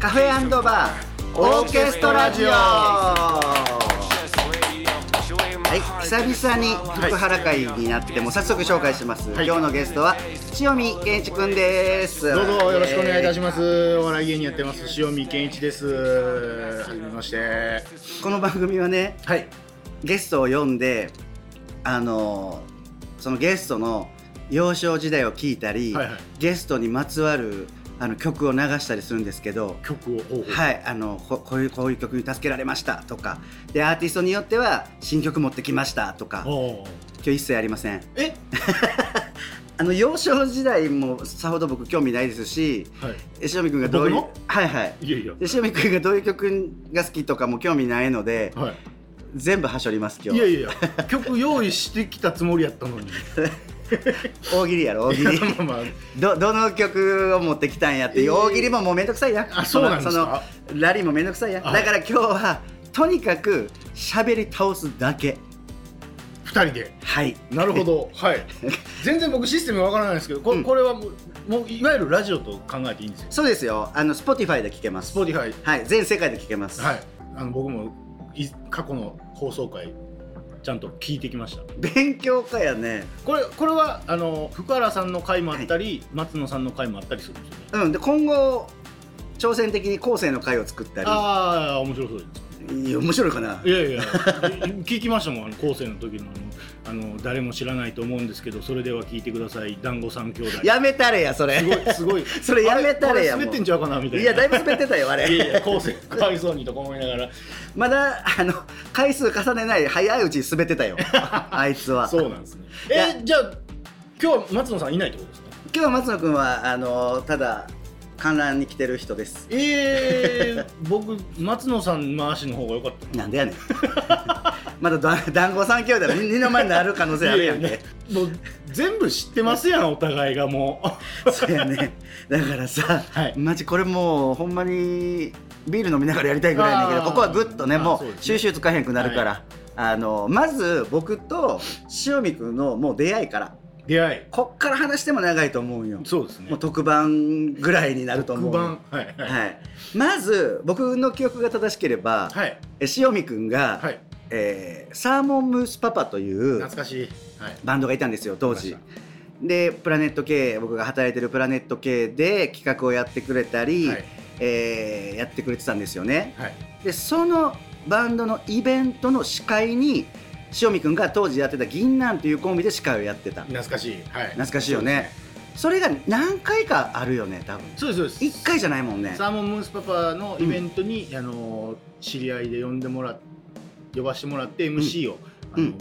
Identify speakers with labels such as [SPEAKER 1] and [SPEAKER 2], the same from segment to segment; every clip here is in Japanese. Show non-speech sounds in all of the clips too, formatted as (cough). [SPEAKER 1] カフェバーオーケストラジオはい久々に福原会になって、もう早速紹介します、
[SPEAKER 2] はい
[SPEAKER 1] 今日のゲストは塩見健一くんです
[SPEAKER 2] どうぞよろしくお願いいた
[SPEAKER 1] し
[SPEAKER 2] します。お笑い芸人やってます塩見健一です。はじめまして。
[SPEAKER 1] ますこの番組はね
[SPEAKER 2] はい。
[SPEAKER 1] ゲストを呼んであのそのゲストの幼少時代を聞いたり、
[SPEAKER 2] はいはい
[SPEAKER 1] ゲストにまつわるあの曲を流したりするんですけど
[SPEAKER 2] 曲を。い。
[SPEAKER 1] はい、あのここういうこういう曲に助けられましたとかでアーティストによっては新曲持ってきましたとか今
[SPEAKER 2] おー
[SPEAKER 1] 日一切やりません
[SPEAKER 2] え？
[SPEAKER 1] あの幼少時代もさほど僕興味ないですし
[SPEAKER 2] は
[SPEAKER 1] え塩見君がどういう
[SPEAKER 2] 僕の
[SPEAKER 1] はいはい
[SPEAKER 2] い。いやいや。
[SPEAKER 1] で塩見君がどういう曲が好きとかも興味ないので
[SPEAKER 2] はい。
[SPEAKER 1] 全部はしょります今
[SPEAKER 2] いや
[SPEAKER 1] 日
[SPEAKER 2] いやいや。曲用意してきたつもりやった (laughs) のに。
[SPEAKER 1] 大喜利やろ大喜利
[SPEAKER 2] まあまあ。
[SPEAKER 1] どどの曲を持ってきたんやっていう大喜利ももうめんどくさいな
[SPEAKER 2] あそうなんですか
[SPEAKER 1] そのそのラリーもめんどくさいや
[SPEAKER 2] あ
[SPEAKER 1] だから今日はとにかく喋り倒すだけ
[SPEAKER 2] 二人で。
[SPEAKER 1] はい
[SPEAKER 2] なるほど。はい。全然僕システムわからないんですけど、こ
[SPEAKER 1] うん
[SPEAKER 2] これはもうもういわゆるラジオと考えていいんですよ。
[SPEAKER 1] そうですよ。あの Spotify で聞けます。
[SPEAKER 2] スポティファイ。
[SPEAKER 1] はい、全世界で聞けます。
[SPEAKER 2] はい。あの僕もい過去の放送回ちゃんと聞いてきました。
[SPEAKER 1] 勉強家やね。
[SPEAKER 2] これこれはあの福原さんの回もあったり、松野さんの回もあったりするんですよね。
[SPEAKER 1] うん。で今後挑戦的に後世の会を作った
[SPEAKER 2] ああ面白そうです。
[SPEAKER 1] り、いや面白いかな。
[SPEAKER 2] いやいや聞きましたもんあの後世の時のあのあの誰も知らないと思うんですけどそれでは聞いてください団子三兄弟。
[SPEAKER 1] やめたれやそれ。
[SPEAKER 2] すごいすごい
[SPEAKER 1] それやめた
[SPEAKER 2] あ
[SPEAKER 1] れ
[SPEAKER 2] れ
[SPEAKER 1] や
[SPEAKER 2] これ滑ってん
[SPEAKER 1] も
[SPEAKER 2] ちゃうかなみ
[SPEAKER 1] う
[SPEAKER 2] たい
[SPEAKER 1] い
[SPEAKER 2] な。
[SPEAKER 1] やだいぶ滑ってたよあ
[SPEAKER 2] いやいや
[SPEAKER 1] れ。
[SPEAKER 2] 後世かわいそうにとか思いながら
[SPEAKER 1] まだあの回数重ねない早いうちに滑って
[SPEAKER 2] (laughs)
[SPEAKER 1] たよ。 (laughs) あいつは。
[SPEAKER 2] そうなんですね。
[SPEAKER 1] いや
[SPEAKER 2] えじゃあ今日は松野さんいないってことですか。
[SPEAKER 1] 今日松野くんはあのただ観覧に来てる人です。
[SPEAKER 2] えー、僕松野さん回しの方が良かった。
[SPEAKER 1] なんでやね
[SPEAKER 2] (laughs)
[SPEAKER 1] ん。まだだ団子三兄弟の二の前になる可能性あるやん
[SPEAKER 2] い
[SPEAKER 1] け
[SPEAKER 2] や。いやもう全部知ってますやんお互いがもう
[SPEAKER 1] そうやね。だからさ、
[SPEAKER 2] はい
[SPEAKER 1] マジこれもうほんまにビール飲みながらやりたいぐらいだけど、
[SPEAKER 2] あー
[SPEAKER 1] ここはグッとね、
[SPEAKER 2] あー
[SPEAKER 1] も
[SPEAKER 2] そう
[SPEAKER 1] う
[SPEAKER 2] ですね
[SPEAKER 1] 収集つかへんくなるから。あのまず僕と塩見くんのもう (laughs) 出会いから
[SPEAKER 2] 出会い
[SPEAKER 1] こっから話しても長いと思うよ
[SPEAKER 2] そうですね
[SPEAKER 1] もう特番ぐらいになると思う
[SPEAKER 2] 黒板はいはい
[SPEAKER 1] はい、まず僕の記憶が正しければ、
[SPEAKER 2] はい、
[SPEAKER 1] え塩見くんが、
[SPEAKER 2] はい、
[SPEAKER 1] えーサーモンムースパパという
[SPEAKER 2] 懐かしい、はい、
[SPEAKER 1] バンドがいたんですよ当時
[SPEAKER 2] いまし
[SPEAKER 1] でプラネット K 僕が働いてるプラネット K で企画をやってくれたり、
[SPEAKER 2] はい
[SPEAKER 1] えーやってくれてたんですよね
[SPEAKER 2] はい
[SPEAKER 1] でそのバンドのイベントの司会に塩見くんが当時やってた銀杏というコンビで司会をやってた
[SPEAKER 2] 懐かしい、はい、
[SPEAKER 1] 懐かしいよねそれが何回かあるよね多分
[SPEAKER 2] そうですそうですそうです
[SPEAKER 1] 1回じゃないもんね
[SPEAKER 2] サーモンムースパパのイベントに、あの知り合いで呼んでもらっ呼ばしてもらって MC を、あの
[SPEAKER 1] うん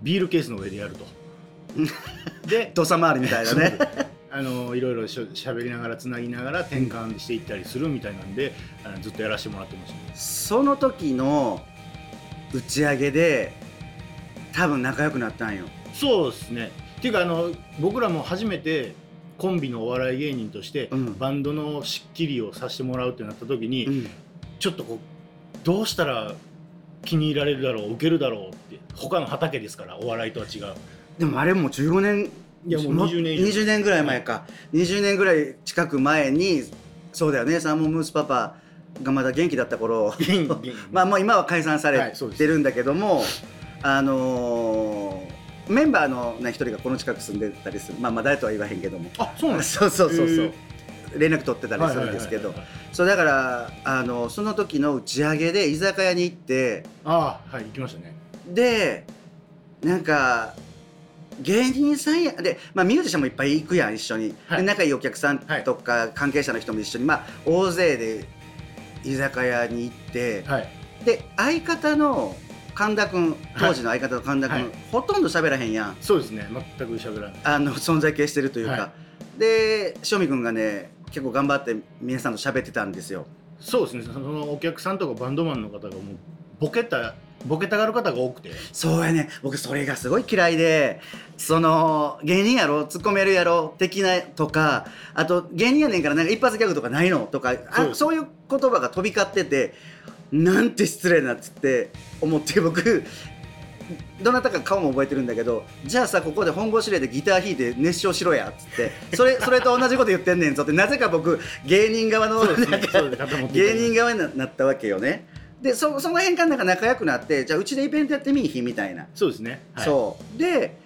[SPEAKER 2] ビールケースの上でやると、 (laughs)
[SPEAKER 1] (laughs)
[SPEAKER 2] で
[SPEAKER 1] 土佐回りみたいなね
[SPEAKER 2] あのいろいろしゃしゃべりながらつなぎながら転換していったりするみたいなんで、あのずっとやらせてもらってましたね
[SPEAKER 1] その時の打ち上げで多分仲良くなったんよ
[SPEAKER 2] そうですねっていうかあの僕らも初めてコンビのお笑い芸人として、
[SPEAKER 1] うん
[SPEAKER 2] バンドのしっきりをさせてもらうってなった時に、
[SPEAKER 1] うん
[SPEAKER 2] ちょっとこうどうしたら気に入られるだろう受けるだろうって他の畑ですからお笑いとは
[SPEAKER 1] (laughs)
[SPEAKER 2] 違う
[SPEAKER 1] でもあれもう15年
[SPEAKER 2] いやもう20年以上
[SPEAKER 1] 20年ぐらい前か、20年ぐらい近く前にそうだよねサーモンムースパパがまだ元気だった頃 (laughs) まあもう今は解散さ
[SPEAKER 2] は
[SPEAKER 1] れ
[SPEAKER 2] いそうです
[SPEAKER 1] てるんだけども、あのーメンバーのね一人がこの近く住んでたりするまあまあ誰とは言わへんけども
[SPEAKER 2] あそうなんです
[SPEAKER 1] (laughs) そうそうそうそう
[SPEAKER 2] へ
[SPEAKER 1] 連絡取ってたりするんですけどそうだからあのその時の打ち上げで居酒屋に行って
[SPEAKER 2] ああはい行きましたね
[SPEAKER 1] でなんか芸人さんやで、まあ、ミュージシャンもいっぱい行くやん一緒に、
[SPEAKER 2] はい
[SPEAKER 1] で仲いいお客さんとか関係者の人も一緒に、まあ、大勢で居酒屋に行って、
[SPEAKER 2] はい
[SPEAKER 1] で相方の神田君当時の相方の神田君、
[SPEAKER 2] はい
[SPEAKER 1] ほとんど喋らへんやん
[SPEAKER 2] そうですね全く喋らない
[SPEAKER 1] あの存在系してるというか、
[SPEAKER 2] は
[SPEAKER 1] で塩見君がね結構頑張って皆さんと喋ってたんですよ
[SPEAKER 2] そうですねそのお客さんとかバンドマンの方がもうボケたボケたがる方が多くて
[SPEAKER 1] (laughs) そうやね僕それがすごい嫌いでその芸人やろ突っ込めるやろ的なとかあと芸人やねんからなんか一発ギャグとかないのとか
[SPEAKER 2] そう
[SPEAKER 1] あ
[SPEAKER 2] です
[SPEAKER 1] そういう言葉が飛び交っててなんて失礼なっつって思って僕どなたか顔も覚えてるんだけどじゃあさここで本腰入れてギター弾いて熱唱しろやっつってそれそれと同じこと言ってんねんぞってなぜか僕芸人側の
[SPEAKER 2] そうです
[SPEAKER 1] な
[SPEAKER 2] ね
[SPEAKER 1] んか
[SPEAKER 2] そうですね
[SPEAKER 1] 芸人側になったわけよねでそその辺からなんか仲良くなってじゃあうちでイベントやってみいひみたいな、
[SPEAKER 2] そうですね、はい、
[SPEAKER 1] そうで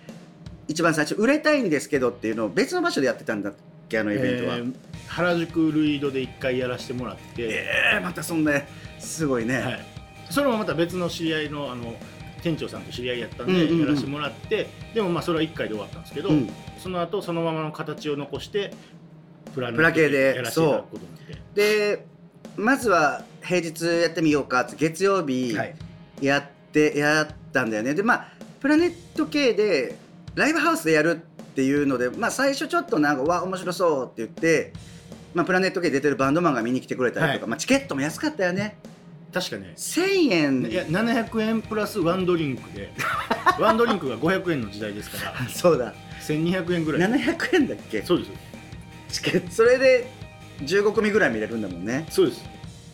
[SPEAKER 1] 一番最初売れたいんですけどっていうのを別の場所でやってたんだっけあのイベントは
[SPEAKER 2] えー原宿ルイドで一回やらせてもらって、
[SPEAKER 1] えーまたそんなすごいね、
[SPEAKER 2] はい、それもまた別の知り合いのあの店長さんと知り合いやったんで、
[SPEAKER 1] うんうんうん
[SPEAKER 2] やらせてもらってでもまあそれは1回で終わったんですけど、
[SPEAKER 1] うん
[SPEAKER 2] その後そのままの形を残してプラネット
[SPEAKER 1] プラ系で
[SPEAKER 2] やらせていただくことになって
[SPEAKER 1] でまずは平日やってみようかって月曜日
[SPEAKER 2] はい
[SPEAKER 1] やって、やったんだよねでまあプラネット系でライブハウスでやるっていうので、まあ、最初ちょっとなんか「わ面白そう」って言って、まあ、プラネット系出てるバンドマンが見に来てくれたりとか、
[SPEAKER 2] は
[SPEAKER 1] まあ、チケットも安かったよね
[SPEAKER 2] 確かね
[SPEAKER 1] 1000円
[SPEAKER 2] いや700円プラスワンドリンクで (laughs) ワンドリンクが500円の時代ですから
[SPEAKER 1] あ (laughs) そうだ
[SPEAKER 2] 1200円ぐらい
[SPEAKER 1] 700円だっけ
[SPEAKER 2] そうです
[SPEAKER 1] チケットそれで15組ぐらい見れるんだもんね
[SPEAKER 2] そうです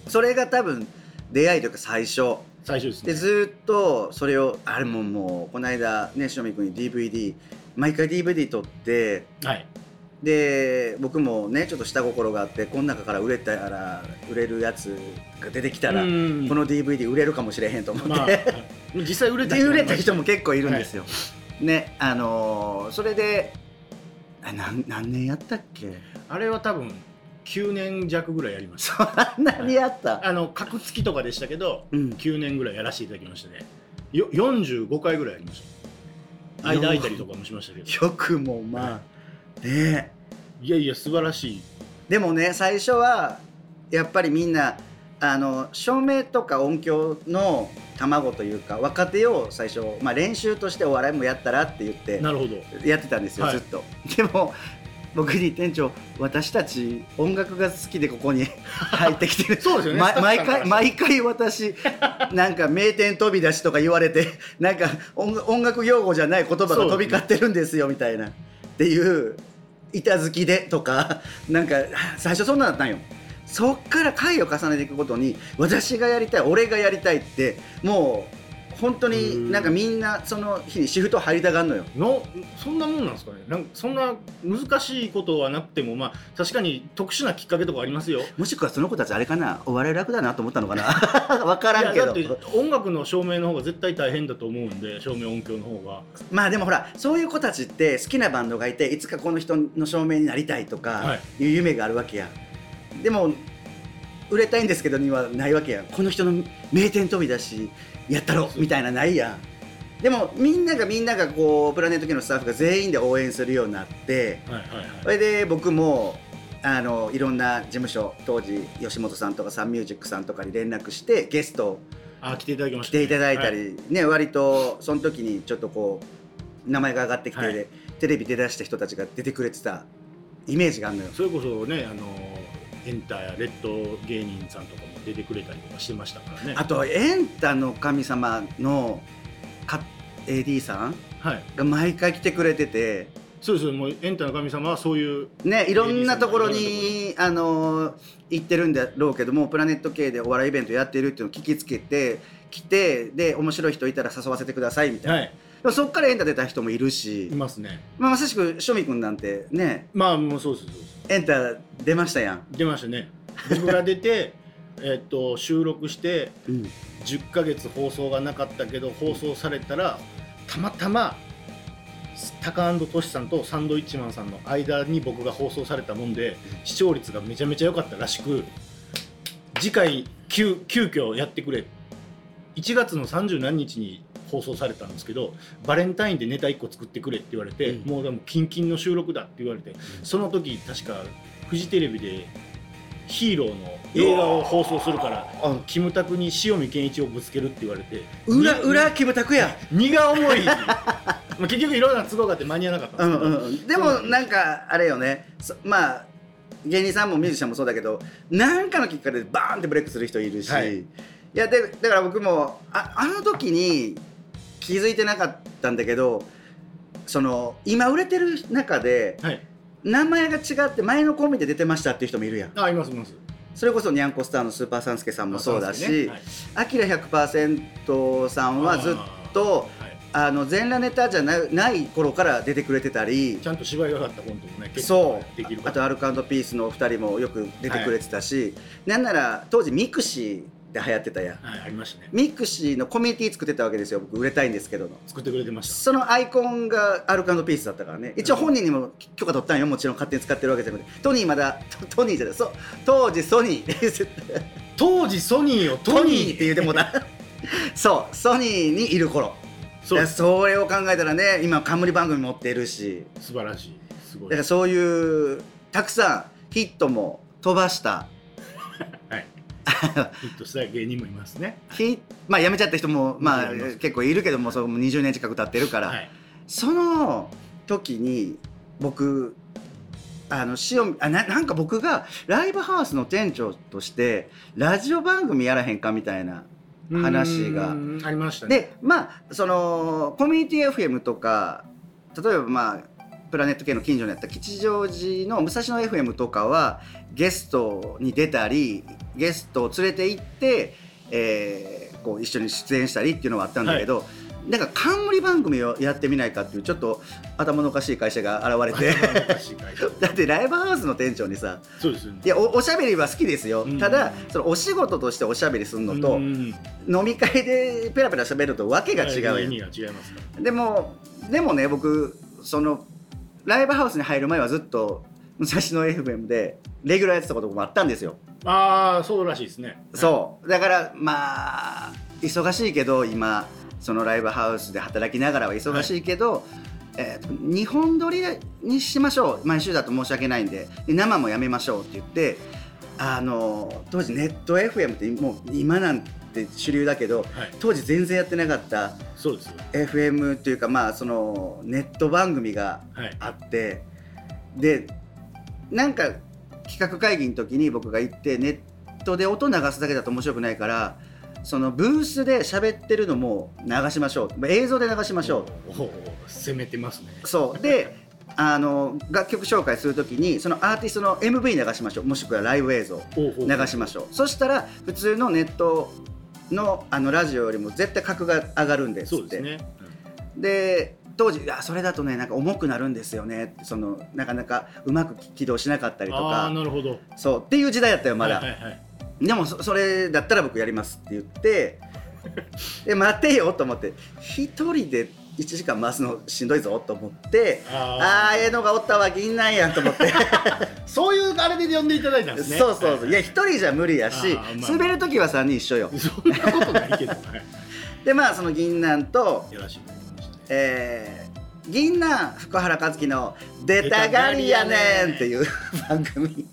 [SPEAKER 1] それが多分出会いというか最初
[SPEAKER 2] 最初ですね
[SPEAKER 1] でずーっとそれをあれももうこの間ねしのみ君に DVD 毎回 DVD 撮って
[SPEAKER 2] はい
[SPEAKER 1] で僕もねちょっと下心があってこの中から売れたら売れるやつが出てきたら、
[SPEAKER 2] うん
[SPEAKER 1] この DVD 売れるかもしれへんと思って、
[SPEAKER 2] まあ実際売れた
[SPEAKER 1] で売
[SPEAKER 2] 人もい
[SPEAKER 1] れ
[SPEAKER 2] ました
[SPEAKER 1] 人も結構いるんですよ。ねあのーそれであなん何年やったっけ (laughs)
[SPEAKER 2] あれは多分9年弱ぐらいやりました
[SPEAKER 1] そんなにやった、
[SPEAKER 2] あの格付きとかでしたけど
[SPEAKER 1] うん、
[SPEAKER 2] 9年ぐらいやらせていただきましたねよ45回ぐらいやりました間空いたりとかもしましたけど
[SPEAKER 1] (laughs) よくもまあね
[SPEAKER 2] いやいや素晴らしい
[SPEAKER 1] でもね最初はやっぱりみんなあの照明とか音響の卵というか若手を最初、まあ、練習としてお笑いもやったらって言って
[SPEAKER 2] なるほど
[SPEAKER 1] やってたんですよ、
[SPEAKER 2] はい
[SPEAKER 1] ずっとでも僕に店長私たち音楽が好きでここに (laughs) 入ってきてる
[SPEAKER 2] そうですよね
[SPEAKER 1] ま
[SPEAKER 2] スタッフ
[SPEAKER 1] 毎
[SPEAKER 2] さんから
[SPEAKER 1] 回毎回私なんか名店飛び出しとか言われて (laughs) なんか音音楽用語じゃない言葉が飛び交ってるんですよみたいな、っていう板好きでとか (laughs) なんか最初そんなんだったんよそっから回を重ねていくことに私がやりたい俺がやりたいってもう本当になんかみんなその日にシフト入りたがんのよ
[SPEAKER 2] のそんなもんなんですかねなんかそんな難しいことはなくてもまあ確かに特殊なきっかけとかありますよ
[SPEAKER 1] もしくはその子たちあれかなお笑い楽だなと (laughs) 思ったのかなわからんけど
[SPEAKER 2] いやだって音楽の照明の方が絶対大変だと思うんで照明音響の方が
[SPEAKER 1] まあでもほらそういう子たちって好きなバンドがいていつかこの人の証明になりたいと
[SPEAKER 2] は
[SPEAKER 1] かいう夢があるわけや、でも売れたいんですけどにはないわけやこの人の名店飛びだしやったろ
[SPEAKER 2] そう
[SPEAKER 1] みたいなないやんでもみんながみんながこうプラネット系のスタッフが全員で応援するようになって
[SPEAKER 2] はいはい
[SPEAKER 1] それで僕もあのいろんな事務所当時吉本さんとかサンミュージックさんとかに連絡してゲストを
[SPEAKER 2] あ来ていただきまし
[SPEAKER 1] 来
[SPEAKER 2] たね、
[SPEAKER 1] ていただいた
[SPEAKER 2] は
[SPEAKER 1] り、ね割とその時にちょっとこう名前が上がってきて、
[SPEAKER 2] はい
[SPEAKER 1] テレビ出だした人たちが出てくれてたイメージがあるのよ
[SPEAKER 2] それこそねあのエンターやレッド芸人さんとかも出てくれたりとかしてましたからね
[SPEAKER 1] あとエンタの神様のか AD さん
[SPEAKER 2] はい
[SPEAKER 1] が毎回来てくれてて
[SPEAKER 2] そうそうもうエンタの神様はそういう
[SPEAKER 1] ねいろんなところ
[SPEAKER 2] AD
[SPEAKER 1] にあの行ってるんだろうけどもプラネット系でお笑いイベントやってるっていうのを聞きつけて来てで面白い人いたら誘わせてくださいみたいな、
[SPEAKER 2] はい
[SPEAKER 1] でもそっからエンタ出た人もいるし
[SPEAKER 2] い、ますね
[SPEAKER 1] まあ、まさしく庶民君なんてね
[SPEAKER 2] まあもうそうですそうです
[SPEAKER 1] エンター出ましたやん、
[SPEAKER 2] 出ましたね僕が出て (laughs) えっと収録して
[SPEAKER 1] うん、
[SPEAKER 2] 10ヶ月放送がなかったけど放送されたらたまたまタカトシさんとサンドイッチマンさんの間に僕が放送されたもんで視聴率がめちゃめちゃ良かったらしく次回急急遽やってくれ1月の30何日に放送されたんですけどバレンタインでネタ1個作ってくれって言われて、
[SPEAKER 1] うん
[SPEAKER 2] もうでもキンキンの収録だって言われてその時確かフジテレビでヒーローの映画を放送するから
[SPEAKER 1] あ
[SPEAKER 2] キムタクに塩見健一をぶつけるって言われて
[SPEAKER 1] 裏
[SPEAKER 2] に
[SPEAKER 1] 裏キムタクや
[SPEAKER 2] 荷が重い (laughs) まあ結局いろんな都合があって間に合わなかった
[SPEAKER 1] うんん
[SPEAKER 2] で
[SPEAKER 1] う
[SPEAKER 2] すけど、
[SPEAKER 1] んで
[SPEAKER 2] そう
[SPEAKER 1] も
[SPEAKER 2] なんです
[SPEAKER 1] なんかあれよねそまあ芸人さんもミュージシャンもそうだけどなんかのきっかけでバーンってブレイクする人いるし、、
[SPEAKER 2] はいい
[SPEAKER 1] やでだから僕もああの時に気づいてなかったんだけどその今売れてる中で
[SPEAKER 2] はい
[SPEAKER 1] 名前が違って前のコンビで出てましたっていう人もいるやん
[SPEAKER 2] あいますいます
[SPEAKER 1] それこそニャンコスターのスーパーサンスケさんもそうだ
[SPEAKER 2] あそうです
[SPEAKER 1] し
[SPEAKER 2] ねはい
[SPEAKER 1] アキラ100%さんはずっと
[SPEAKER 2] はい
[SPEAKER 1] あの全裸ネタじゃないない頃から出てくれてたり
[SPEAKER 2] ちゃんと芝居がかったコントもね結構
[SPEAKER 1] そ
[SPEAKER 2] できる
[SPEAKER 1] うあとアルカンドピースのお二人もよく出てくれてたし、なんなら当時ミクシーで流行ってたやん
[SPEAKER 2] はい、ありましたね
[SPEAKER 1] ミクシーのコミュニティ作ってたわけですよ僕売れたいんですけどの
[SPEAKER 2] 作ってくれてました
[SPEAKER 1] そのアイコンがアルカンドピースだったからね一応本人にも許可取ったんよもちろん勝手に使ってるわけじゃなくてトニーまだトトニーじゃないそう当時ソニー
[SPEAKER 2] 当時ソニーを
[SPEAKER 1] ト
[SPEAKER 2] ト
[SPEAKER 1] ニ
[SPEAKER 2] ニ
[SPEAKER 1] ー
[SPEAKER 2] ー
[SPEAKER 1] って言うてもうた (laughs) そうソニーにいる頃そ
[SPEAKER 2] そうです
[SPEAKER 1] それを考えたらね今冠番組持ってるし
[SPEAKER 2] 素晴らしいすご
[SPEAKER 1] だか
[SPEAKER 2] い
[SPEAKER 1] らそういうたくさんヒットも飛ばした (laughs)
[SPEAKER 2] ヒットした芸人もいますね
[SPEAKER 1] ヒまあ辞めちゃった人もまあ
[SPEAKER 2] います
[SPEAKER 1] 結構いるけどもそれも20年近く経ってるから、
[SPEAKER 2] はい
[SPEAKER 1] その時に僕あの塩見あななんか僕がライブハウスの店長としてラジオ番組やらへんかみたいな話が
[SPEAKER 2] うーんありましたね
[SPEAKER 1] でまあそのコミュニティ FM とか例えばまあプラネット系の近所にあった吉祥寺の武蔵野 FM とかはゲストに出たりゲストを連れて行って、えーこう一緒に出演したりっていうのはあったんだけど、なんか冠番組をやってみないかっていうちょっと頭のおかしい会社が現れて
[SPEAKER 2] 昔会社
[SPEAKER 1] (laughs) だってライブハウスの店長にさ
[SPEAKER 2] そうですよね
[SPEAKER 1] いやおおしゃべりは好きですよ、
[SPEAKER 2] うん
[SPEAKER 1] ただそのお仕事としておしゃべりするのと、
[SPEAKER 2] うん
[SPEAKER 1] 飲み会でペラペラ喋るとわけが違うやん、
[SPEAKER 2] 意味が違いますか
[SPEAKER 1] でもでもね僕そのライブハウスに入る前はずっと武蔵野 FM でレギュラーやってたこともあったんですよ、
[SPEAKER 2] らああそうらしいですね
[SPEAKER 1] そうだからまあ忙しいけど今そのライブハウスで働きながらは忙しいけど、えーと日本撮りにしましょう毎週だと申し訳ないんでで生もやめましょうって言ってあの当時ネット FM ってもう今なんて主流だけど
[SPEAKER 2] はい
[SPEAKER 1] 当時全然やってなかった
[SPEAKER 2] そうですよ
[SPEAKER 1] FM というかまあそのネット番組が
[SPEAKER 2] はい
[SPEAKER 1] あってでなんか企画会議の時に僕が行ってネットで音流すだけだと面白くないからそのブースで喋ってるのも流しましょう映像で流しましょう
[SPEAKER 2] おーおー攻めてますね
[SPEAKER 1] そうであの楽曲紹介する時にそのアーティストの MV 流しましょうもしくはライブ映像
[SPEAKER 2] おーおー
[SPEAKER 1] 流しましょうそしたら普通のネットのあのラジオよりも絶対格が上がるんです
[SPEAKER 2] そ
[SPEAKER 1] っ
[SPEAKER 2] う
[SPEAKER 1] て
[SPEAKER 2] ですね
[SPEAKER 1] で当時あそれだとねなんか重くなるんですよねそのなかなかうまく起動しなかったりと
[SPEAKER 2] ああー
[SPEAKER 1] か
[SPEAKER 2] なるほど
[SPEAKER 1] そうっていう時代やったよまだ、
[SPEAKER 2] はいはいはい
[SPEAKER 1] でもそそれだったら僕やりますって言
[SPEAKER 2] (laughs)
[SPEAKER 1] ってで待てよと思って一人で1時間回すのしんどいぞと思ってあ
[SPEAKER 2] あ
[SPEAKER 1] あええのがおったわ銀なんやんと思って、
[SPEAKER 2] あそういうあれで呼んでいただいたん (laughs) ですね
[SPEAKER 1] そうそうそういや
[SPEAKER 2] は
[SPEAKER 1] 一人じゃ無理やし
[SPEAKER 2] あーまあ
[SPEAKER 1] 滑る時は3人一緒よ
[SPEAKER 2] い (laughs) そんなことないけどはい
[SPEAKER 1] でまあその銀杏と
[SPEAKER 2] やらしいと思いましたね
[SPEAKER 1] えー、銀杏福原和樹の「出たがりやねん」っていう番組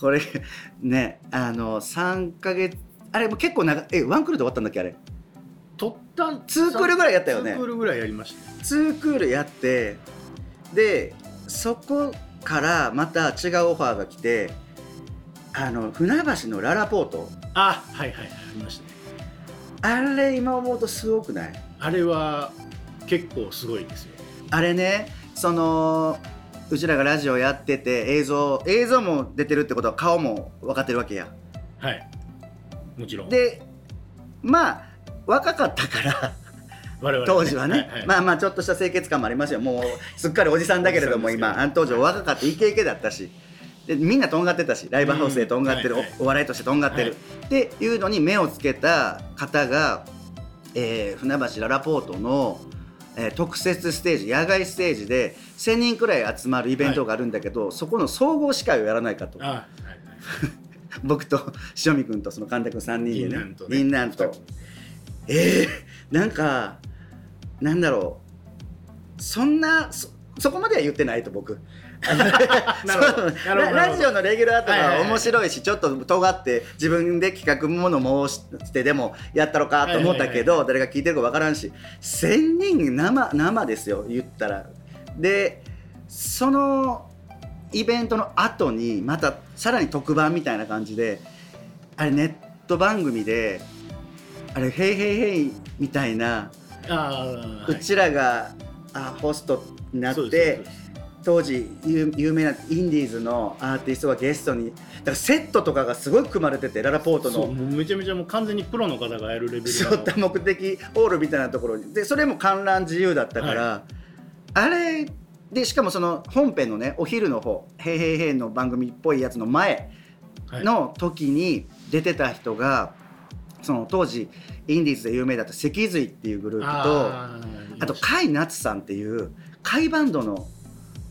[SPEAKER 1] これねあの3か月あれもう結構長いえワンクールで終わったんだっけあれ
[SPEAKER 2] 取ったん
[SPEAKER 1] ツークールぐらいやったよね
[SPEAKER 2] ツークールぐらいやりましたね
[SPEAKER 1] 2クールやってでそこからまた違うオファーが来てあの船橋のララポート
[SPEAKER 2] あはいはいはいありましたね
[SPEAKER 1] あれ今思うとすごくない
[SPEAKER 2] あれは結構すごいですよ
[SPEAKER 1] あれねそのうちらがラジオやってて映像映像も出てるってことは顔も分かってるわけや
[SPEAKER 2] はいもちろん
[SPEAKER 1] でまあ若かったから
[SPEAKER 2] 我々
[SPEAKER 1] 当時はね、
[SPEAKER 2] いい
[SPEAKER 1] まあまあちょっとした清潔感もありますよもうすっかりおじさんだけれども
[SPEAKER 2] おじさん
[SPEAKER 1] 今
[SPEAKER 2] ですけど
[SPEAKER 1] あの当時若かったイケイケだったしでみんなとんがってたしライブハウスでとんがってる、
[SPEAKER 2] うんはいはい
[SPEAKER 1] おお笑いとしてとんがってる、っていうのに目をつけた方が、えー船橋ララポートの、えー特設ステージ野外ステージで1,000人くらい集まるイベントがあるんだけど、そこの総合司会をやらないかと
[SPEAKER 2] あはいはい
[SPEAKER 1] (laughs) 僕と塩見君とその神田君3人で
[SPEAKER 2] 銀
[SPEAKER 1] ね
[SPEAKER 2] 杏とね
[SPEAKER 1] 銀杏と,、えー、なんかなんだろうそんなそそこまでは言ってないと僕
[SPEAKER 2] (laughs)
[SPEAKER 1] (laughs)
[SPEAKER 2] なるほ
[SPEAKER 1] そう
[SPEAKER 2] どなるほど
[SPEAKER 1] ララジオのレギュラーと
[SPEAKER 2] はいはい
[SPEAKER 1] か
[SPEAKER 2] はい
[SPEAKER 1] 面白いしちょっと尖って自分で企画ものもしてでもやったろかと思ったけど誰が聞いてるか分からんし1,000人生生ですよ言ったら。でそのイベントの後にまたさらに特番みたいな感じであれネット番組であれ「ヘイヘイヘイ」みたいな、
[SPEAKER 2] ああ
[SPEAKER 1] うちらがあホストになっ
[SPEAKER 2] そう
[SPEAKER 1] て
[SPEAKER 2] ですそうです
[SPEAKER 1] 当時有有名なインディーズのアーティストがゲストにだからセットとかがすごく組まれててララポート
[SPEAKER 2] そう
[SPEAKER 1] の
[SPEAKER 2] もうめちゃめちゃもう完全にプロの方がやるレベル
[SPEAKER 1] そう多目的オールみたいなところにでそれも観覧自由だったから、あれでしかもその本編のねお昼の方「へいへいへい」の番組っぽいやつの前
[SPEAKER 2] はい
[SPEAKER 1] の時に出てた人がその当時インディーズで有名だった脊髄っていうグループとあ
[SPEAKER 2] あー
[SPEAKER 1] と甲斐夏さんっていう甲斐バンドの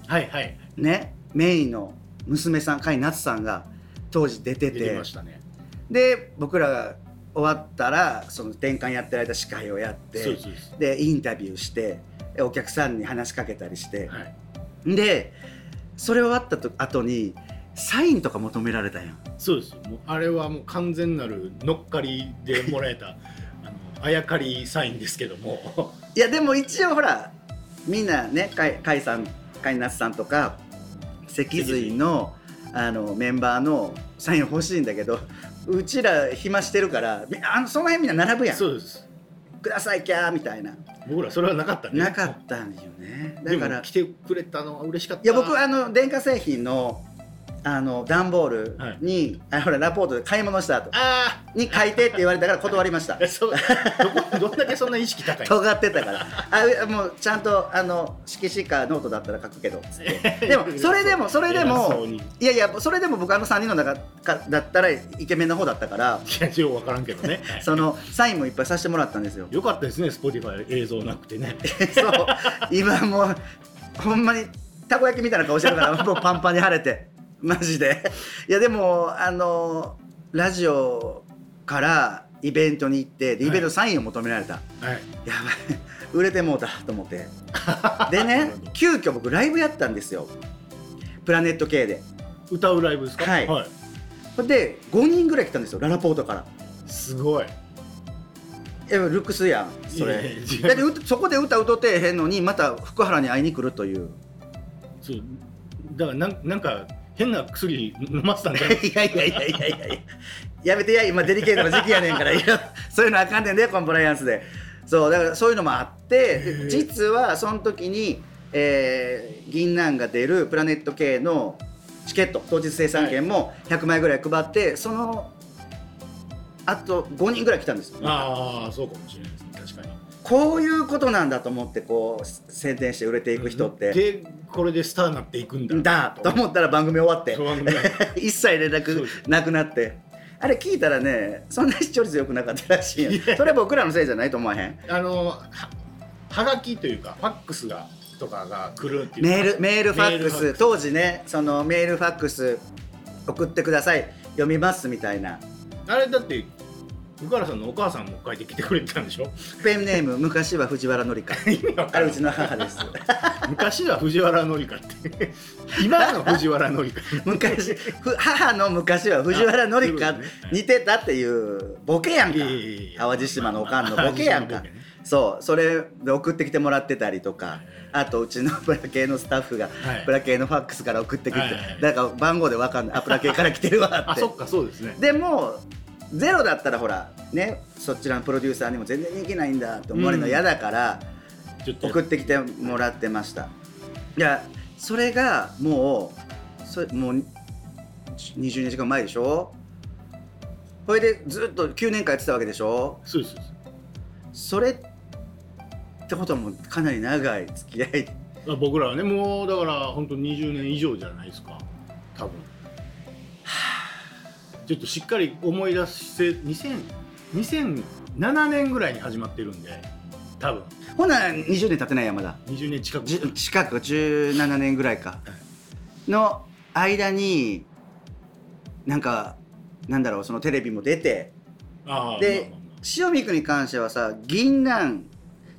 [SPEAKER 2] はいはい
[SPEAKER 1] ねメインの娘さん甲斐夏さんが当時出て
[SPEAKER 2] 出て
[SPEAKER 1] て
[SPEAKER 2] ましたね
[SPEAKER 1] で僕らが終わったらその転換やってる間司会をやって
[SPEAKER 2] そうそうそ
[SPEAKER 1] でインタビューしてでお客さんに話しかけたりして
[SPEAKER 2] う、はい、
[SPEAKER 1] でそれ終わったと後にサインとか求められたんやん
[SPEAKER 2] そうですもうあれはもう完全なる乗っかりでもらえた (laughs) あのあやかりサインですけども
[SPEAKER 1] いやでも一応ほらみんなねかいかいさんかいなつさんとか脊髄のあのメンバーのサイン欲しいんだけどうちら暇してるからみあのその辺みんな並ぶやん
[SPEAKER 2] そうです
[SPEAKER 1] くださいキャーみたいな
[SPEAKER 2] 僕らそれはなかったね
[SPEAKER 1] なかったんよねだ
[SPEAKER 2] だ
[SPEAKER 1] か
[SPEAKER 2] からら来てくれたのは嬉しかった
[SPEAKER 1] いや僕あの電化製品のあの段ボールに、あほらラポートで買い物した後
[SPEAKER 2] あ
[SPEAKER 1] に書いてって言われたから断りま
[SPEAKER 2] (laughs)
[SPEAKER 1] した
[SPEAKER 2] あそうどこどんだけそんな意識高いの
[SPEAKER 1] 尖ってたからあもうちゃんとあの色紙かノートだったら書くけ
[SPEAKER 2] (laughs)
[SPEAKER 1] どつってでもそれでもそれで
[SPEAKER 2] 偉そ
[SPEAKER 1] も
[SPEAKER 2] うにい
[SPEAKER 1] いやいやそれでも僕あの3人の中かだったらイケメンの方だったから
[SPEAKER 2] やよう分からんけどね
[SPEAKER 1] そのサインもいっぱいさせてもらったんですよ
[SPEAKER 2] よかったですね Spotify 映像なくてね
[SPEAKER 1] (laughs) そう今もうほんまにたこ焼きみたいな顔してるから (laughs) もうパンパンに晴れてマジでいやでもあのラジオからイベントに行ってでイベントのサインを求められた、
[SPEAKER 2] はい
[SPEAKER 1] やばい売れてもうたと思ってでね急遽僕ライブやったんですよプラネット系で
[SPEAKER 2] 歌うライブですか
[SPEAKER 1] はいで5人ぐらい来たんですよララポートから
[SPEAKER 2] すごい
[SPEAKER 1] えルックスやんそ
[SPEAKER 2] いやい
[SPEAKER 1] れ
[SPEAKER 2] や違う
[SPEAKER 1] だってうそこで歌歌ってへんのにまた福原に会いに来るという
[SPEAKER 2] そうだからなんなんか変な薬飲ませたんじゃない
[SPEAKER 1] (laughs) いやいやいやいやいやいややめてや今デリケートな時期やねんから (laughs) いやそういうのあかんねんでコンプライアンスでそうだからそういうのもあってで実はその時に、えー銀杏が出るプラネット系のチケット当日生産券も100枚ぐらい配ってそのあと5人ぐらい来たんですよ
[SPEAKER 2] ああそうかもしれないですね確かに
[SPEAKER 1] こういうことなんだと思ってこう宣伝して売れていく人って、
[SPEAKER 2] でこれでスターになっていくんだ
[SPEAKER 1] だと思ったら番組終わって
[SPEAKER 2] そうなんだ
[SPEAKER 1] 一切連
[SPEAKER 2] そう
[SPEAKER 1] 絡
[SPEAKER 2] です
[SPEAKER 1] なくなってあれ聞いたらねそんな視聴率良くなかったらしい
[SPEAKER 2] い
[SPEAKER 1] よ
[SPEAKER 2] や
[SPEAKER 1] それ僕らのせいじゃないと思わへん
[SPEAKER 2] あのははがきというかファックスがとかが来るっていうか
[SPEAKER 1] メールメールファックス
[SPEAKER 2] メールファックス
[SPEAKER 1] 当時ねそのメールファックス送ってください読みますみたいな
[SPEAKER 2] あれだって福原さんのお母さんも書いてきてくれてたんでし
[SPEAKER 1] (laughs)
[SPEAKER 2] ょ
[SPEAKER 1] ペンネーム昔は藤原紀香
[SPEAKER 2] (laughs) 意味わか
[SPEAKER 1] あれ
[SPEAKER 2] んな
[SPEAKER 1] う
[SPEAKER 2] い
[SPEAKER 1] ちの母です
[SPEAKER 2] 昔は藤原紀香って (laughs) 今の藤原紀
[SPEAKER 1] (laughs)
[SPEAKER 2] 香
[SPEAKER 1] 昔ふ母の昔は藤原紀香
[SPEAKER 2] あそういうことね
[SPEAKER 1] 似てたっていうボケやんか
[SPEAKER 2] いやいやいや
[SPEAKER 1] 淡路島のおかんのボケやんか
[SPEAKER 2] 淡路島のボケね
[SPEAKER 1] そうそれで送ってきてもらってたりとかあとうちのプラ系のスタッフが
[SPEAKER 2] はい
[SPEAKER 1] プラ系のファックスから送ってきて
[SPEAKER 2] はいはいはい
[SPEAKER 1] だから番号でわかんないあプラ系から来てるわ
[SPEAKER 2] あ
[SPEAKER 1] って
[SPEAKER 2] そっかそうですね
[SPEAKER 1] でもゼロだったらほらねそちらのプロデューサーにも全然人気ないんだって思われるの嫌だから、
[SPEAKER 2] ちょっと
[SPEAKER 1] 送ってきてもらってましたいやそれがもうそもう20年時間前でしょこれでずっと9年間やってたわけでしょ
[SPEAKER 2] そうですそうで
[SPEAKER 1] それってことはもうかなり長い付き合い
[SPEAKER 2] すあ僕らはねもうだから本当20年以上じゃないですか多分ちょっとしっかり思い出して2000 2007年ぐらいに始まってるんで多分
[SPEAKER 1] ほな20年経ってないやまだ
[SPEAKER 2] 20年近く
[SPEAKER 1] じゅ近く17年ぐらいかの間になんかなんだろうそのテレビも出て
[SPEAKER 2] ああ
[SPEAKER 1] で
[SPEAKER 2] まあまあま
[SPEAKER 1] 塩見君に関してはさ銀杏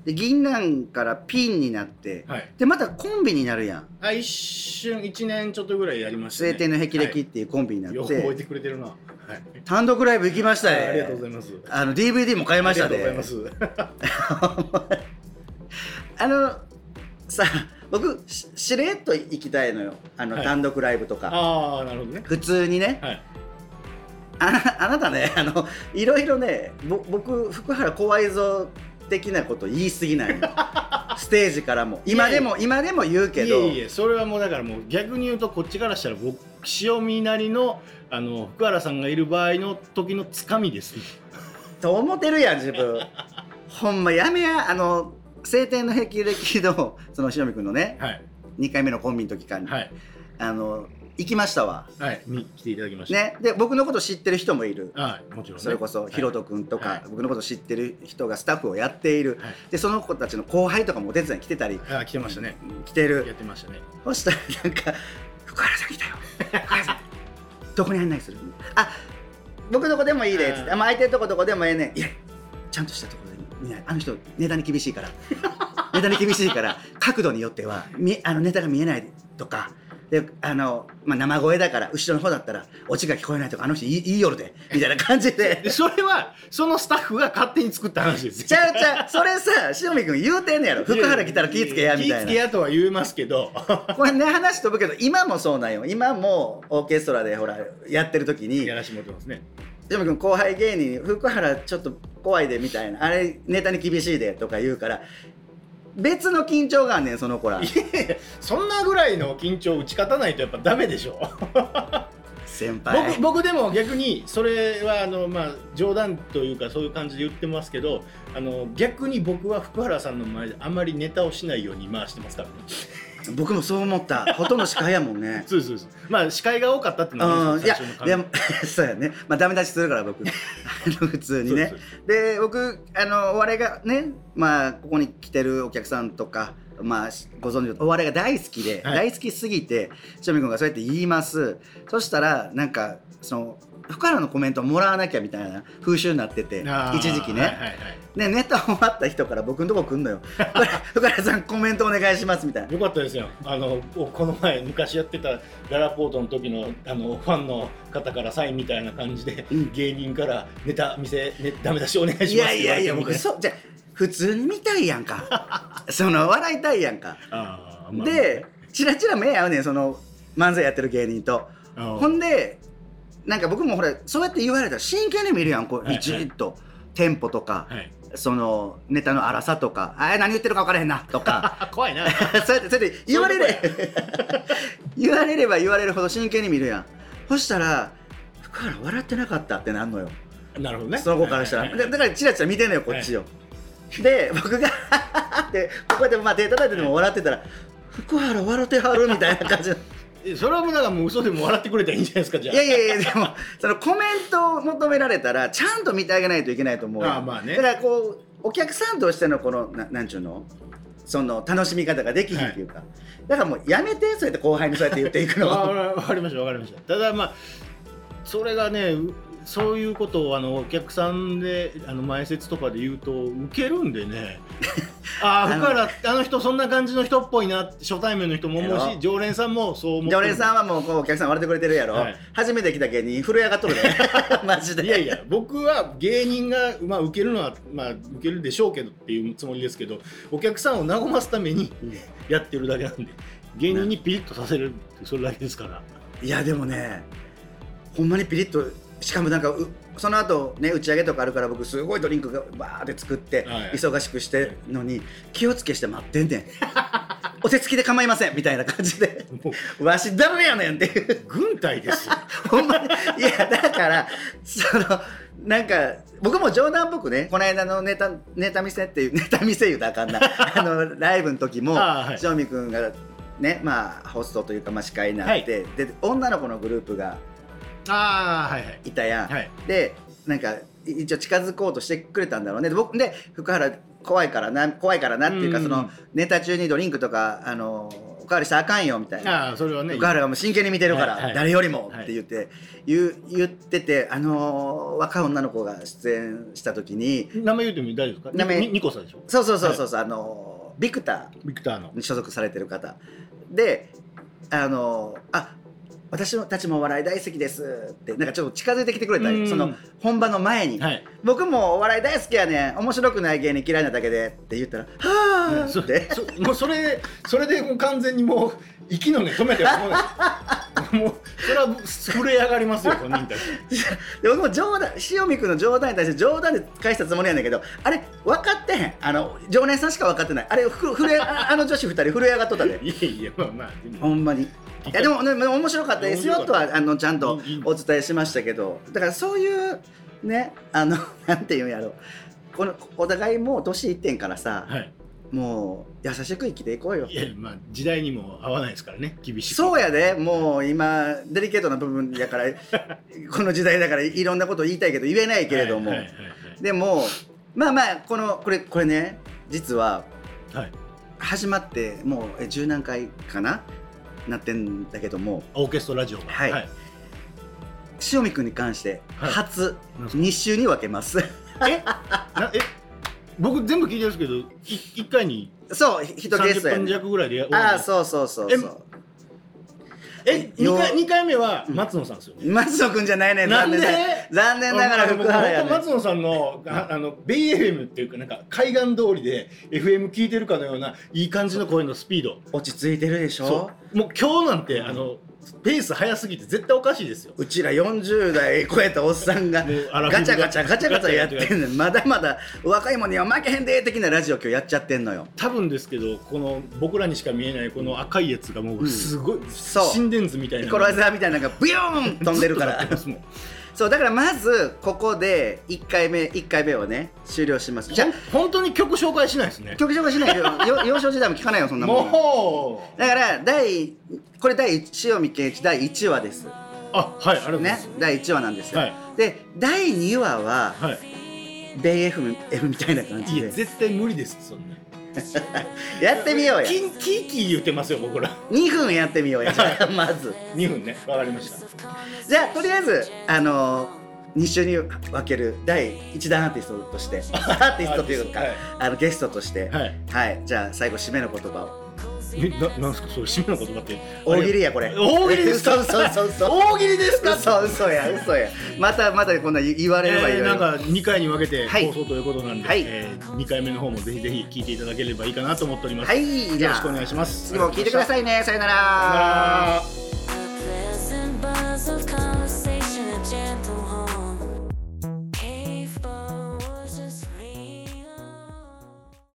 [SPEAKER 1] で銀杏からピンになって、
[SPEAKER 2] あはい
[SPEAKER 1] でまたコンビになるやん
[SPEAKER 2] あ一瞬1年ちょっとぐらいやりましたね
[SPEAKER 1] 晴天の霹
[SPEAKER 2] は
[SPEAKER 1] 靂
[SPEAKER 2] い
[SPEAKER 1] っていうコンビにな
[SPEAKER 2] よ
[SPEAKER 1] っ
[SPEAKER 2] く
[SPEAKER 1] て、
[SPEAKER 2] 覚えてくれてるな、はい、
[SPEAKER 1] 単独ライブ行きましたね、
[SPEAKER 2] ありがとうございます
[SPEAKER 1] あの DVD も買いました
[SPEAKER 2] ありがとう
[SPEAKER 1] ね
[SPEAKER 2] ございます
[SPEAKER 1] (laughs) あのさ僕ししれっと行きたいのよあの、
[SPEAKER 2] はい
[SPEAKER 1] 単独ライブとか
[SPEAKER 2] (laughs) ああなるほどね
[SPEAKER 1] 普通にね
[SPEAKER 2] はい
[SPEAKER 1] あなあなたねあのいろいろねぼ僕福原怖いぞっ的なこと言い過ぎない
[SPEAKER 2] (laughs)
[SPEAKER 1] のステージからも今でも今でも言うけど
[SPEAKER 2] いえいえそれはもうだからもう逆に言うとこっちからしたら僕塩見なりのあの福原さんがいる場合の時のつかみですね
[SPEAKER 1] と思ってるやん自分ほんまやめやあの「青天の霹靂」のその塩見君のね
[SPEAKER 2] はい
[SPEAKER 1] 2回目のコンビの時から、
[SPEAKER 2] はい
[SPEAKER 1] あの行きましたわ
[SPEAKER 2] はいに来ていただきました
[SPEAKER 1] ねで僕のこと知ってる人もいる
[SPEAKER 2] はいもちろんね
[SPEAKER 1] それこそ
[SPEAKER 2] はい
[SPEAKER 1] ひろと君とか、
[SPEAKER 2] はい
[SPEAKER 1] 僕のこと知ってる人がスタッフをやっている、
[SPEAKER 2] はい
[SPEAKER 1] でその子たちの後輩とかもお手伝いに来てたり
[SPEAKER 2] あ来てましたね
[SPEAKER 1] 来て
[SPEAKER 2] や
[SPEAKER 1] る
[SPEAKER 2] ってましたね
[SPEAKER 1] そしたらなん
[SPEAKER 2] (laughs)
[SPEAKER 1] か「福原さん来たよ (laughs) 福原さんどこに案内する?」あ僕どこでもいいで」っつって「
[SPEAKER 2] あ
[SPEAKER 1] あまあ空いてるとこどこでもええねん」いやちゃんとしたところで見ないあの人ネタに厳し
[SPEAKER 2] (laughs)
[SPEAKER 1] いからネタに厳しいから角度によってはみあのネタが見えないとかであの、まあ、生声だから後ろの方だったらオチが聞こえないとかあの人いいいい夜でみたいな感じで
[SPEAKER 2] でそれはそのスタッフが勝手に作った話ですよ
[SPEAKER 1] ちゃうちゃうそれさ塩見君言うてんねやろ福原来たら気ぃつけやみた
[SPEAKER 2] 気
[SPEAKER 1] い
[SPEAKER 2] ぃつ
[SPEAKER 1] な
[SPEAKER 2] け。やとは言えます
[SPEAKER 1] (laughs)
[SPEAKER 2] けど
[SPEAKER 1] これね話飛ぶけど今もそうなんよ今もオーケストラでほらやってる時に
[SPEAKER 2] やらしてもらってますね
[SPEAKER 1] でも後輩芸人に福原ちょっと怖いでみたいなあれネタに厳しいでとか言うから別の緊張があんねんその子ら
[SPEAKER 2] そんなぐらいの緊張を打ち勝たないとやっぱダメでしょ
[SPEAKER 1] 先輩
[SPEAKER 2] 僕僕でも逆にそれはあの、まあ、冗談というかそういう感じで言ってますけどあの逆に僕は福原さんの前であまりネタをしないように回してますからね
[SPEAKER 1] 僕もそう思ったほとんど司会やもんね
[SPEAKER 2] そうですそうですまあ司会が多かったって
[SPEAKER 1] う
[SPEAKER 2] いうのは
[SPEAKER 1] んいや
[SPEAKER 2] 最初の感じ
[SPEAKER 1] でも (laughs) そうやねまあダメ出しするから
[SPEAKER 2] (laughs)
[SPEAKER 1] 僕あの普通にね
[SPEAKER 2] そうですそう
[SPEAKER 1] で僕あのお笑いがねまあここに来てるお客さんとかまあご存知のお笑いが大好きで、
[SPEAKER 2] はい
[SPEAKER 1] 大好きすぎて千代美君がそうやって言いますそしたらなんかその福原のコメントをもらわなきゃみたいな風習になってて
[SPEAKER 2] ですあー
[SPEAKER 1] 一時期
[SPEAKER 2] はい
[SPEAKER 1] ね、
[SPEAKER 2] はいはい
[SPEAKER 1] ねネタ終わった人から僕のとこ来んのよ福
[SPEAKER 2] (laughs)
[SPEAKER 1] 原「福原さんコメントお願いします」みたいな
[SPEAKER 2] よかったですよあのこの前昔やってたララポートの時のあのファンの方からサインみたいな感じで、
[SPEAKER 1] うん
[SPEAKER 2] 芸人からネタ見せ、ね、ダメ出しお願いします
[SPEAKER 1] いやいやいや
[SPEAKER 2] って言われてみた
[SPEAKER 1] 僕そうじゃあ普通に見たいやん
[SPEAKER 2] (laughs)
[SPEAKER 1] かその笑いたいやんか、
[SPEAKER 2] あーまあ
[SPEAKER 1] でチラチラ目合うねんその漫才やってる芸人と。
[SPEAKER 2] あー
[SPEAKER 1] ほんでなんか僕もほらそうやって言われたら真剣に見るやんこ
[SPEAKER 2] はいは
[SPEAKER 1] う
[SPEAKER 2] い
[SPEAKER 1] じっとテンポとか
[SPEAKER 2] はい
[SPEAKER 1] そのネタの荒さとかあー何言ってるか分からへんなと
[SPEAKER 2] (laughs)
[SPEAKER 1] か
[SPEAKER 2] あ怖
[SPEAKER 1] (laughs)
[SPEAKER 2] いな
[SPEAKER 1] そうやってそうやって言われれ (laughs) 言われれば言われるほど真剣に見るやんそしたら福原笑ってなかったってなんのよ
[SPEAKER 2] なるほどね
[SPEAKER 1] その子からしたら
[SPEAKER 2] はい
[SPEAKER 1] だだからチラチラ見てんのよこっちよで僕が (laughs) ってこうやってまあ手叩いてでも笑ってたら福原笑ってはるみたいな感じ
[SPEAKER 2] (laughs)
[SPEAKER 1] の
[SPEAKER 2] えそれはもうだからもう嘘でも笑ってくれたらいいんじゃないですかじゃあ
[SPEAKER 1] いやいやいやでもそのコメントを求められたらちゃんと見てあげないといけないと思うよ
[SPEAKER 2] ああまあね
[SPEAKER 1] だからこうお客さんとしてのこのななんちゅうのその楽しみ方ができひんっていうか、だからもうやめてそうやって後輩にそうやって言っていく
[SPEAKER 2] (laughs) あ
[SPEAKER 1] の
[SPEAKER 2] わわかりましたわかりましたただまあそれがねうそういうことをあのお客さんであの前説とかで言うとウケるんで
[SPEAKER 1] (laughs)
[SPEAKER 2] ねああ
[SPEAKER 1] あの
[SPEAKER 2] 福原あの人そんな感じの人っぽいなって初対面の人も思う
[SPEAKER 1] や
[SPEAKER 2] し
[SPEAKER 1] ろ
[SPEAKER 2] 常連さんもそう思って
[SPEAKER 1] 常
[SPEAKER 2] る
[SPEAKER 1] 連さんはもうこうお客さん笑ってくれてるやろ、
[SPEAKER 2] はい
[SPEAKER 1] 初めて来た芸人震え上がっとるね (laughs) マジで
[SPEAKER 2] いやいや僕は芸人が、まあ、受けるのは、まあ、受けるでしょうけどっていうつもりですけどお客さんを和ますために
[SPEAKER 1] うん
[SPEAKER 2] やってるだけなんで芸人にピリッとさせるってそれだけですから。
[SPEAKER 1] いやでもねほんまにピリッとしかもなんかうその後ね打ち上げとかあるから僕すごいドリンクがバーって作って
[SPEAKER 2] はい
[SPEAKER 1] 忙しくしてるのに気をつけして待ってん
[SPEAKER 2] (laughs)
[SPEAKER 1] ねんお手つきで構いませんみたいな感じで
[SPEAKER 2] もう
[SPEAKER 1] わしダメやねんっていう
[SPEAKER 2] 軍隊ですよ。
[SPEAKER 1] (laughs) ほんまにいやだからそのなんか僕も冗談っぽくねこの間のネタネタ見せっていうネタ見せ言うたらあかん
[SPEAKER 2] (laughs)
[SPEAKER 1] なあのライブの時も
[SPEAKER 2] あーはい
[SPEAKER 1] 塩見君がねまあホストというか、まあ、司会になって、で女の子のグループが
[SPEAKER 2] (laughs) ああはいはい。
[SPEAKER 1] いたやん、
[SPEAKER 2] はい
[SPEAKER 1] でなんかい一応近づこうとしてくれたんだろうねで僕で福原怖いからな怖いからなっていうか
[SPEAKER 2] うん
[SPEAKER 1] そのネタ中にドリンクとかあのおかわりしたらあかんよみたいな。
[SPEAKER 2] ああそれはね。
[SPEAKER 1] 福原はもう真剣に見てるから、
[SPEAKER 2] はいはい
[SPEAKER 1] 誰よりも
[SPEAKER 2] はい
[SPEAKER 1] って言って、言う言っててあのー若い女の子が出演した時に
[SPEAKER 2] 名前言うても大丈夫ですか？
[SPEAKER 1] 名前
[SPEAKER 2] ニニコさんでしょ。
[SPEAKER 1] そうそうそうそうそう、あのービクタ
[SPEAKER 2] ビクターの
[SPEAKER 1] ー。に所属されてる方であのーあ私たちもお笑い大好きですってなんかちょっと近づいてきてくれたんよ
[SPEAKER 2] うん
[SPEAKER 1] その本番の前に、
[SPEAKER 2] はい。
[SPEAKER 1] 僕もお笑い大好きやねん面白くない芸人嫌いなだけでって言ったら「はああーって
[SPEAKER 2] そもうそれそれでもう完全にもう息の根止めても
[SPEAKER 1] (laughs)
[SPEAKER 2] うもうそれは震え上がりますよ本人たち
[SPEAKER 1] で僕も冗談塩見君の冗談に対して冗談で返したつもりやねんけどあれ分かってへんあの常連さんしか分かってないあれふ (laughs) ふれああの女子2人震え上がっとったで
[SPEAKER 2] いやいやまあまあでも
[SPEAKER 1] ほんまにいやでも、ね、面白かったですよと
[SPEAKER 2] 面白かっ
[SPEAKER 1] は
[SPEAKER 2] た
[SPEAKER 1] あのちゃんとお伝えしましたけどだからそういうねあの (laughs) なんていうんやろこのお互いもう年いってんからさ、
[SPEAKER 2] はい、
[SPEAKER 1] もう優しく生きていこうよ
[SPEAKER 2] いやまあ時代にも合わないですからね厳しい
[SPEAKER 1] そうやでもう今デリケートな部分やから
[SPEAKER 2] (laughs)
[SPEAKER 1] この時代だからいろんなこと言いたいけど言えないけれども、
[SPEAKER 2] はいはいはい
[SPEAKER 1] でもまあまあこのこれこれね実は
[SPEAKER 2] はい、はい
[SPEAKER 1] 始まってもうえ十何回かななってんだけども
[SPEAKER 2] オーケストラジオが
[SPEAKER 1] はい塩見君に関して
[SPEAKER 2] はい
[SPEAKER 1] 初
[SPEAKER 2] なんすか
[SPEAKER 1] 2週に分けます (laughs)
[SPEAKER 2] なえ僕全部聞いてるんですけどい一回に
[SPEAKER 1] そうひ一ゲス
[SPEAKER 2] 30
[SPEAKER 1] トや
[SPEAKER 2] 分
[SPEAKER 1] ね
[SPEAKER 2] 弱ぐらいでや
[SPEAKER 1] ああそうそうそうそう
[SPEAKER 2] え二
[SPEAKER 1] よ
[SPEAKER 2] 回二回目は松野さんですよね、
[SPEAKER 1] 松野君じゃないね
[SPEAKER 2] なんで
[SPEAKER 1] 残念な残念ながら
[SPEAKER 2] あの
[SPEAKER 1] 福原や
[SPEAKER 2] 本当
[SPEAKER 1] ね
[SPEAKER 2] 松野さんのああの BFM っていうかなんか海岸通りで FM 聞いてるかのようないい感じの声のスピード
[SPEAKER 1] 落ち着いてるでしょ
[SPEAKER 2] そうもう今日なんてあのペース早すぎて絶対おかしいですよ
[SPEAKER 1] うちら40代超えたおっさんが
[SPEAKER 2] もうアラフィフが
[SPEAKER 1] ガチャガチャガチャガチャやってんねんまだまだ若いもんには負けへんで的なラジオ今日やっちゃってんのよ
[SPEAKER 2] 多分ですけどこの僕らにしか見えないこの赤いやつがもうすごい、
[SPEAKER 1] そう
[SPEAKER 2] 心電図みたいな
[SPEAKER 1] ピコラザーみたいなのがビヨーン飛んでるか
[SPEAKER 2] ず
[SPEAKER 1] ら
[SPEAKER 2] っ (laughs) となってますもん
[SPEAKER 1] そうだからまずここで1回目1回目をね終了しますじゃあ
[SPEAKER 2] ほん本当に曲紹介しないですね
[SPEAKER 1] 曲紹介しないけ
[SPEAKER 2] (laughs)
[SPEAKER 1] どよ幼少時代も聞かないよそんなもん
[SPEAKER 2] もう
[SPEAKER 1] だから第これ第一塩見圭一第1話です
[SPEAKER 2] あはいありがとうござい
[SPEAKER 1] ね
[SPEAKER 2] ます、
[SPEAKER 1] 第1話なんですよ、
[SPEAKER 2] はい
[SPEAKER 1] で第2話は
[SPEAKER 2] はい
[SPEAKER 1] ベイ FM F みたいな感
[SPEAKER 2] い
[SPEAKER 1] じ
[SPEAKER 2] や
[SPEAKER 1] で
[SPEAKER 2] 絶対無理ですそんな
[SPEAKER 1] やってみようや
[SPEAKER 2] キンキーキー言ってますよ僕ら
[SPEAKER 1] 2分やってみようやじゃあまず
[SPEAKER 2] 2分ねわかりました
[SPEAKER 1] じゃあとりあえずあのー2週に分ける第1弾アーティストとして
[SPEAKER 2] (laughs)
[SPEAKER 1] アーティストというか、
[SPEAKER 2] はい
[SPEAKER 1] あのゲストとしては、
[SPEAKER 2] はいい
[SPEAKER 1] じゃあ最後締めの言葉を
[SPEAKER 2] えななんですかそれ締めの言葉って
[SPEAKER 1] 大喜利やこれ
[SPEAKER 2] 大喜利です
[SPEAKER 1] (laughs)
[SPEAKER 2] か
[SPEAKER 1] そうそうそうそう
[SPEAKER 2] 大喜利ですか
[SPEAKER 1] 嘘嘘や嘘やまたまたこんな言言われればいい
[SPEAKER 2] (laughs) え
[SPEAKER 1] よ、
[SPEAKER 2] ーなんか2回に分けて
[SPEAKER 1] はい
[SPEAKER 2] 放送ということなんで、
[SPEAKER 1] はい
[SPEAKER 2] え2回目の方もぜひぜひ聞いていただければいいかなと思っております、
[SPEAKER 1] はいじ
[SPEAKER 2] よ
[SPEAKER 1] ゃ
[SPEAKER 2] ろ
[SPEAKER 1] あ
[SPEAKER 2] しくお願いします
[SPEAKER 1] 次も聞いてくださいねさよなら
[SPEAKER 2] さよなら